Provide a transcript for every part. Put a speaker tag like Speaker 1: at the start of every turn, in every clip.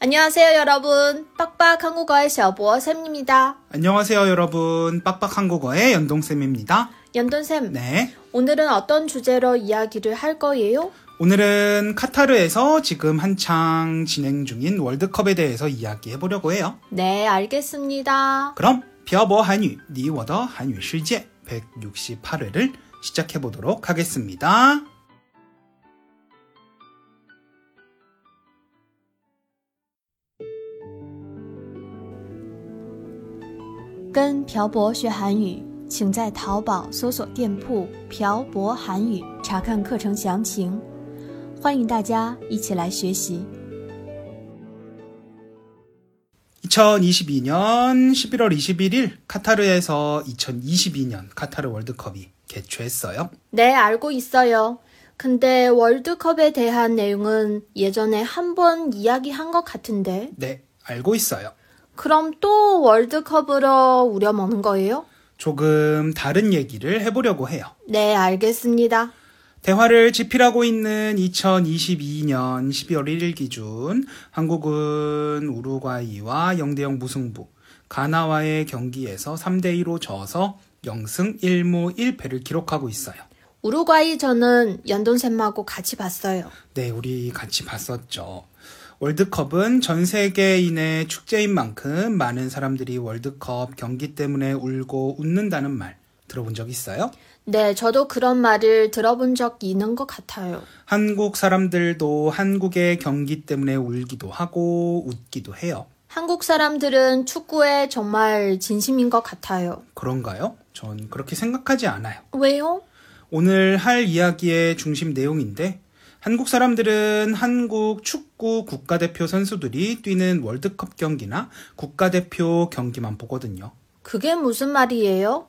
Speaker 1: 안녕하세요, 여러분. 빡빡 한국어의 셔보어 쌤입니다.
Speaker 2: 안녕하세요, 여러분. 빡빡한국어의 연동쌤입니다.
Speaker 1: 연돈쌤,
Speaker 2: 네.
Speaker 1: 오늘은 어떤 주제로 이야기를 할 거예요?
Speaker 2: 오늘은 카타르에서 지금 한창 진행 중인 월드컵에 대해서 이야기해 보려고 해요.
Speaker 1: 네, 알겠습니다.
Speaker 2: 그럼, 벼버 한유, 니워더 한유 실제 168회를 시작해 보도록 하겠습니다.
Speaker 1: 끈 벼보 学韩语请在淘宝搜索店铺“朴博韩语”查看课程详情，欢迎大家一起来学习。
Speaker 2: 2022년 11월 21일 카타르에서 2022년 카타르 월드컵이 개최했어요.
Speaker 1: 네, 알고 있어요. 근데 월드컵에 대한 내용은 예전에 한 번 이야기한 것 같은데,
Speaker 2: 네, 알고 있어요.
Speaker 1: 그럼 또 월드컵으로 우려먹는 거예요?
Speaker 2: 조금 다른 얘기를 해보려고 해요.
Speaker 1: 네, 알겠습니다.
Speaker 2: 대화를 집필하고 있는 2022년 12월 1일 기준 한국은 우루과이와 0대0 무승부, 가나와의 경기에서 3대2로 져서 0승 1무 1패를 기록하고 있어요.
Speaker 1: 우루과이 저는 연돈샘하고 같이 봤어요.
Speaker 2: 네, 우리 같이 봤었죠. 월드컵은 전 세계인의 축제인 만큼 많은 사람들이 월드컵 경기 때문에 울고 웃는다는 말 들어본 적 있어요?
Speaker 1: 네, 저도 그런 말을 들어본 적 있는 것 같아요.
Speaker 2: 한국 사람들도 한국의 경기 때문에 울기도 하고 웃기도 해요.
Speaker 1: 한국 사람들은 축구에 정말 진심인 것 같아요.
Speaker 2: 그런가요? 전 그렇게 생각하지 않아요.
Speaker 1: 왜요?
Speaker 2: 오늘 할 이야기의 중심 내용인데, 한국 사람들은 한국 축구 국가대표 선수들이 뛰는 월드컵 경기나 국가대표 경기만 보거든요.
Speaker 1: 그게 무슨 말이에요?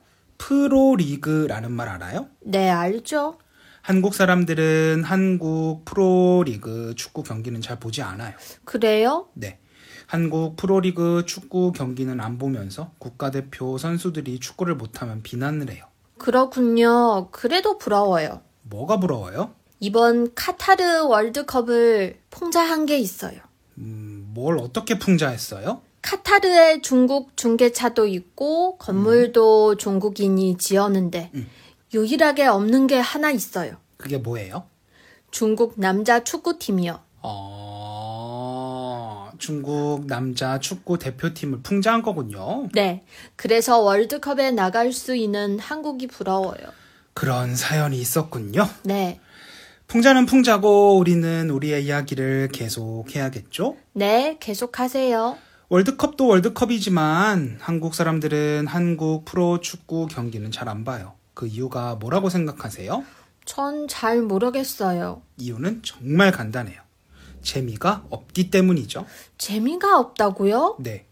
Speaker 2: 프로리그라는 말 알아요?
Speaker 1: 네, 알죠.
Speaker 2: 한국 사람들은 한국 프로리그 축구 경기는 잘 보지 않아요.
Speaker 1: 그래요?
Speaker 2: 네. 한국 프로리그 축구 경기는 안 보면서 국가대표 선수들이 축구를 못하면 비난을 해요.
Speaker 1: 그렇군요. 그래도 부러워요.
Speaker 2: 뭐가 부러워요?
Speaker 1: 이번 카타르 월드컵을 풍자한 게 있어요.
Speaker 2: 음, 뭘 어떻게 풍자했어요?
Speaker 1: 카타르에 중국 중계차도 있고 건물도 중국인이 지었는데 유일하게 없는 게 하나 있어요.
Speaker 2: 그게 뭐예요?
Speaker 1: 중국 남자 축구팀이요.
Speaker 2: 어, 중국 남자 축구 대표팀을 풍자한 거군요.
Speaker 1: 네. 그래서 월드컵에 나갈 수 있는 한국이 부러워요.
Speaker 2: 그런 사연이 있었군요.
Speaker 1: 네.
Speaker 2: 풍자는 풍자고 우리는 우리의 이야기를 계속 해야겠죠?
Speaker 1: 네, 계속하세요.
Speaker 2: 월드컵도 월드컵이지만 한국 사람들은 한국 프로 축구 경기는 잘 안 봐요. 그 이유가 뭐라고 생각하세요?
Speaker 1: 전 잘 모르겠어요.
Speaker 2: 이유는 정말 간단해요. 재미가 없기 때문이죠.
Speaker 1: 재미가 없다고요?
Speaker 2: 네.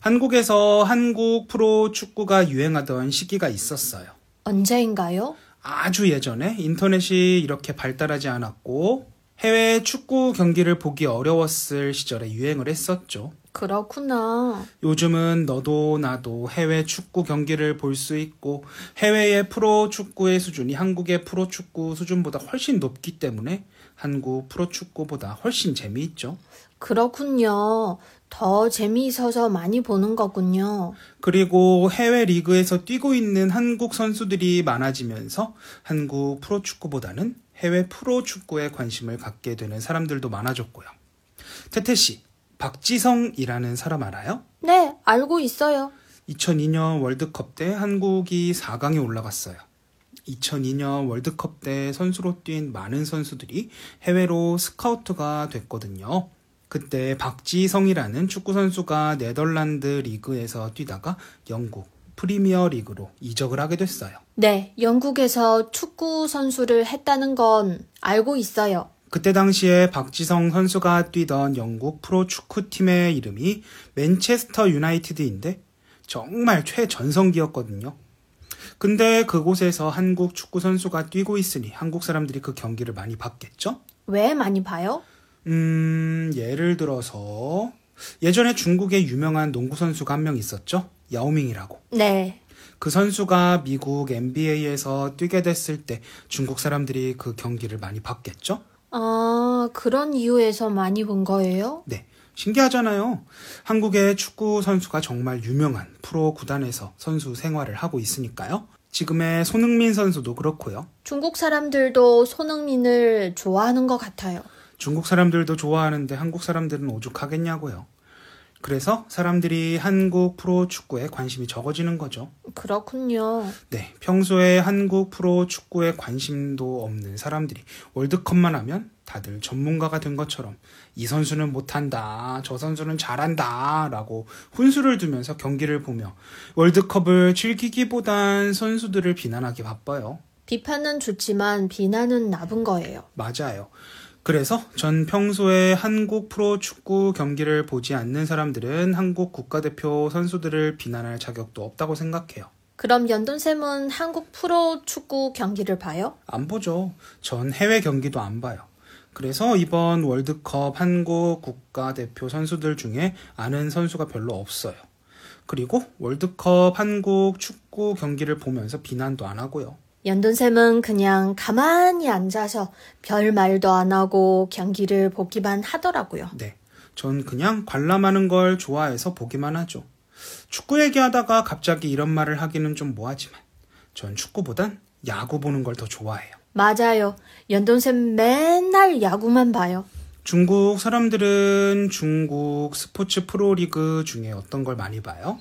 Speaker 2: 한국에서 한국 프로 축구가 유행하던 시기가 있었어요.
Speaker 1: 언제인가요?
Speaker 2: 아주 예전에 인터넷이 이렇게 발달하지 않았고 해외 축구 경기를 보기 어려웠을 시절에 유행을 했었죠.
Speaker 1: 그렇구나.
Speaker 2: 요즘은 너도 나도 해외 축구 경기를 볼 수 있고 해외의 프로 축구의 수준이 한국의 프로 축구 수준보다 훨씬 높기 때문에 한국 프로 축구보다 훨씬 재미있죠.
Speaker 1: 그렇군요. 더 재미있어서 많이 보는 거군요.
Speaker 2: 그리고 해외 리그에서 뛰고 있는 한국 선수들이 많아지면서 한국 프로 축구보다는 해외 프로 축구에 관심을 갖게 되는 사람들도 많아졌고요. 태태 씨, 박지성이라는 사람 알아요?
Speaker 1: 네, 알고 있어요.
Speaker 2: 2002년 월드컵 때 한국이 4강에 올라갔어요. 2002년 월드컵 때 선수로 뛴 많은 선수들이 해외로 스카우트가 됐거든요. 그때 박지성이라는 축구 선수가 네덜란드 리그에서 뛰다가 영국 프리미어 리그로 이적을 하게 됐어요.
Speaker 1: 네, 영국에서 축구 선수를 했다는 건 알고 있어요.
Speaker 2: 그때 당시에 박지성 선수가 뛰던 영국 프로 축구팀의 이름이 맨체스터 유나이티드인데 정말 최전성기였거든요. 근데 그곳에서 한국 축구 선수가 뛰고 있으니 한국 사람들이 그 경기를 많이 봤겠죠?
Speaker 1: 왜 많이 봐요?
Speaker 2: 음, 예를 들어서 예전에 중국의 유명한 농구 선수가 한 명 있었죠? 야오밍이라고.
Speaker 1: 네,
Speaker 2: 그 선수가 미국 NBA에서 뛰게 됐을 때 중국 사람들이 그 경기를 많이 봤겠죠?
Speaker 1: 아, 그런 이유에서 많이 본 거예요?
Speaker 2: 네. 신기하잖아요. 한국의 축구 선수가 정말 유명한 프로 구단에서 선수 생활을 하고 있으니까요. 지금의 손흥민 선수도 그렇고요.
Speaker 1: 중국 사람들도 손흥민을 좋아하는 것 같아요.
Speaker 2: 중국 사람들도 좋아하는데 한국 사람들은 오죽하겠냐고요. 그래서 사람들이 한국 프로 축구에 관심이 적어지는 거죠.
Speaker 1: 그렇군요.
Speaker 2: 네, 평소에 한국 프로 축구에 관심도 없는 사람들이 월드컵만 하면 다들 전문가가 된 것처럼 이 선수는 못한다, 저 선수는 잘한다 라고 훈수를 두면서 경기를 보며 월드컵을 즐기기보단 선수들을 비난하기 바빠요.
Speaker 1: 비판은 좋지만 비난은 나쁜 거예요.
Speaker 2: 맞아요. 그래서 전 평소에 한국 프로 축구 경기를 보지 않는 사람들은 한국 국가대표 선수들을 비난할 자격도 없다고 생각해요.
Speaker 1: 그럼 연돈쌤은 한국 프로 축구 경기를 봐요?
Speaker 2: 안 보죠. 전 해외 경기도 안 봐요. 그래서 이번 월드컵 한국 국가대표 선수들 중에 아는 선수가 별로 없어요. 그리고 월드컵 한국 축구 경기를 보면서 비난도 안 하고요.
Speaker 1: 연돈쌤은 그냥 가만히 앉아서 별 말도 안 하고 경기를 보기만 하더라고요.
Speaker 2: 네. 전 그냥 관람하는 걸 좋아해서 보기만 하죠. 축구 얘기하다가 갑자기 이런 말을 하기는 좀 뭐하지만 전 축구보단 야구 보는 걸 더 좋아해요.
Speaker 1: 맞아요. 연돈쌤 맨날 야구만 봐요.
Speaker 2: 중국 사람들은 중국 스포츠 프로리그 중에 어떤 걸 많이 봐요?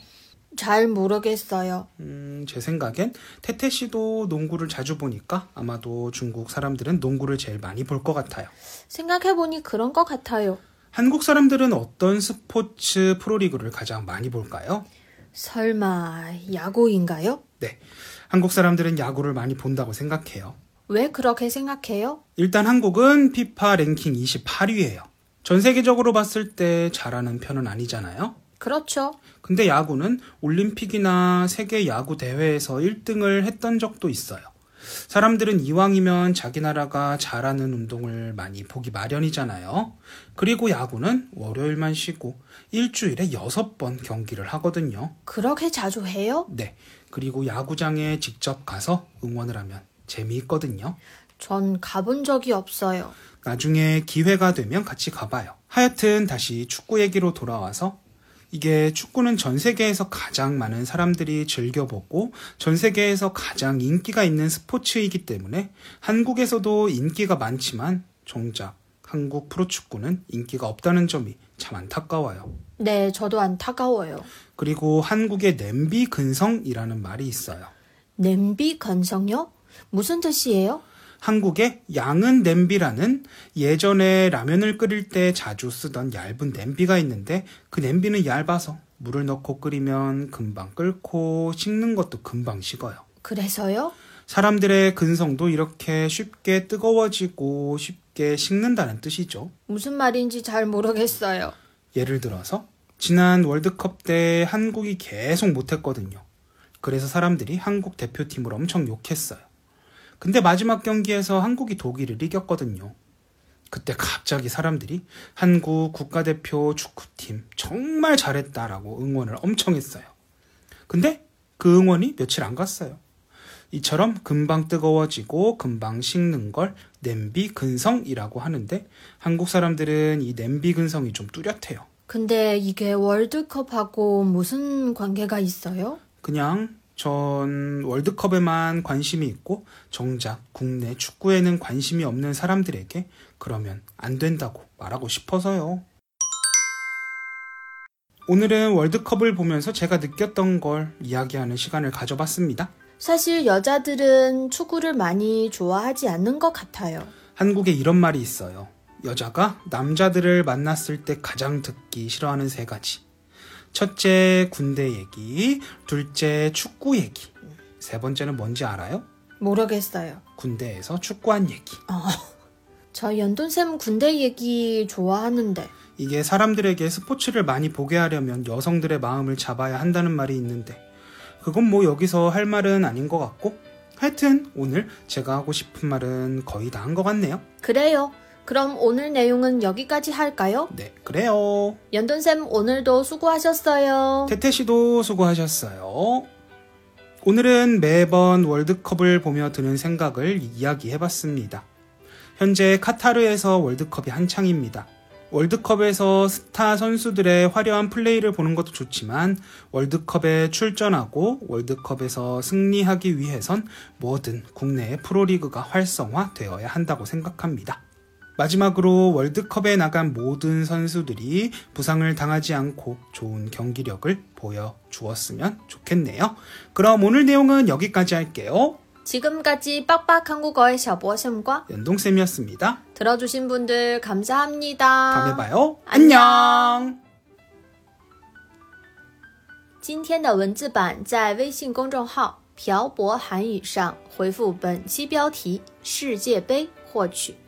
Speaker 1: 잘 모르겠어요.
Speaker 2: 음, 제 생각엔 태태 씨도 농구를 자주 보니까 아마도 중국 사람들은 농구를 제일 많이 볼 것 같아요.
Speaker 1: 생각해보니 그런 것 같아요.
Speaker 2: 한국 사람들은 어떤 스포츠 프로리그를 가장 많이 볼까요?
Speaker 1: 설마 야구인가요?
Speaker 2: 네. 한국 사람들은 야구를 많이 본다고 생각해요.
Speaker 1: 왜 그렇게 생각해요?
Speaker 2: 일단 한국은 피파 랭킹 28위예요. 전 세계적으로 봤을 때 잘하는 편은 아니잖아요.
Speaker 1: 그렇죠.
Speaker 2: 근데 야구는 올림픽이나 세계 야구 대회에서 1등을 했던 적도 있어요. 사람들은 이왕이면 자기 나라가 잘하는 운동을 많이 보기 마련이잖아요. 그리고 야구는 월요일만 쉬고 일주일에 6번 경기를 하거든요.
Speaker 1: 그렇게 자주 해요?
Speaker 2: 네. 그리고 야구장에 직접 가서 응원을 하면 재미있거든요.
Speaker 1: 전 가본 적이 없어요.
Speaker 2: 나중에 기회가 되면 같이 가봐요. 하여튼 다시 축구 얘기로 돌아와서 이게 축구는 전 세계에서 가장 많은 사람들이 즐겨보고 전 세계에서 가장 인기가 있는 스포츠이기 때문에 한국에서도 인기가 많지만 정작 한국 프로축구는 인기가 없다는 점이 참 안타까워요.
Speaker 1: 네, 저도 안타까워요.
Speaker 2: 그리고 한국의 냄비 근성이라는 말이 있어요.
Speaker 1: 냄비 건성요? 무슨 뜻이에요?
Speaker 2: 한국의 양은 냄비라는 예전에 라면을 끓일 때 자주 쓰던 얇은 냄비가 있는데 그 냄비는 얇아서 물을 넣고 끓이면 금방 끓고 식는 것도 금방 식어요.
Speaker 1: 그래서요?
Speaker 2: 사람들의 근성도 이렇게 쉽게 뜨거워지고 쉽게 식는다는 뜻이죠.
Speaker 1: 무슨 말인지 잘 모르겠어요.
Speaker 2: 예를 들어서 지난 월드컵 때 한국이 계속 못했거든요. 그래서 사람들이 한국 대표팀을 엄청 욕했어요. 근데 마지막 경기에서 한국이 독일을 이겼거든요. 그때 갑자기 사람들이 한국 국가대표 축구팀 정말 잘했다라고 응원을 엄청 했어요. 근데 그 응원이 며칠 안 갔어요. 이처럼 금방 뜨거워지고 금방 식는 걸 냄비 근성이라고 하는데 한국 사람들은 이 냄비 근성이 좀 뚜렷해요.
Speaker 1: 근데 이게 월드컵하고 무슨 관계가 있어요?
Speaker 2: 그냥 전 월드컵에만 관심이 있고 정작 국내 축구에는 관심이 없는 사람들에게 그러면 안 된다고 말하고 싶어서요. 오늘은 월드컵을 보면서 제가 느꼈던 걸 이야기하는 시간을 가져봤습니다.
Speaker 1: 사실 여자들은 축구를 많이 좋아하지 않는 것 같아요.
Speaker 2: 한국에 이런 말이 있어요. 여자가 남자들을 만났을 때 가장 듣기 싫어하는 세 가지. 첫째 군대 얘기, 둘째 축구 얘기, 세 번째는 뭔지 알아요?
Speaker 1: 모르겠어요.
Speaker 2: 군대에서 축구한 얘기.
Speaker 1: 저 연돈쌤 군대 얘기 좋아하는데.
Speaker 2: 이게 사람들에게 스포츠를 많이 보게 하려면 여성들의 마음을 잡아야 한다는 말이 있는데 그건 뭐 여기서 할 말은 아닌 것 같고 하여튼 오늘 제가 하고 싶은 말은 거의 다 한 것 같네요.
Speaker 1: 그래요. 그럼 오늘 내용은 여기까지 할까요?
Speaker 2: 네, 그래요.
Speaker 1: 연돈쌤 오늘도 수고하셨어요.
Speaker 2: 태태 씨도 수고하셨어요. 오늘은 매번 월드컵을 보며 드는 생각을 이야기해봤습니다. 현재 카타르에서 월드컵이 한창입니다. 월드컵에서 스타 선수들의 화려한 플레이를 보는 것도 좋지만 월드컵에 출전하고 월드컵에서 승리하기 위해선 뭐든 국내의 프로리그가 활성화되어야 한다고 생각합니다. 마지막으로 월드컵에 나간 모든 선수들이 부상을 당하지 않고 좋은 경기력을 보여주었으면 좋겠네요. 그럼 오늘 내용은 여기까지 할게요.
Speaker 1: 지금까지 빡빡 한국어의 小博sem과
Speaker 2: 연동쌤이었습니다.
Speaker 1: 들어주신 분들 감사합니다.
Speaker 2: 다음에 봐요.
Speaker 1: 아, 안녕.
Speaker 2: 안녕.
Speaker 1: 今天的文字版在微信公众号“漂泊韩语”上回复本期标题“世界杯”获取。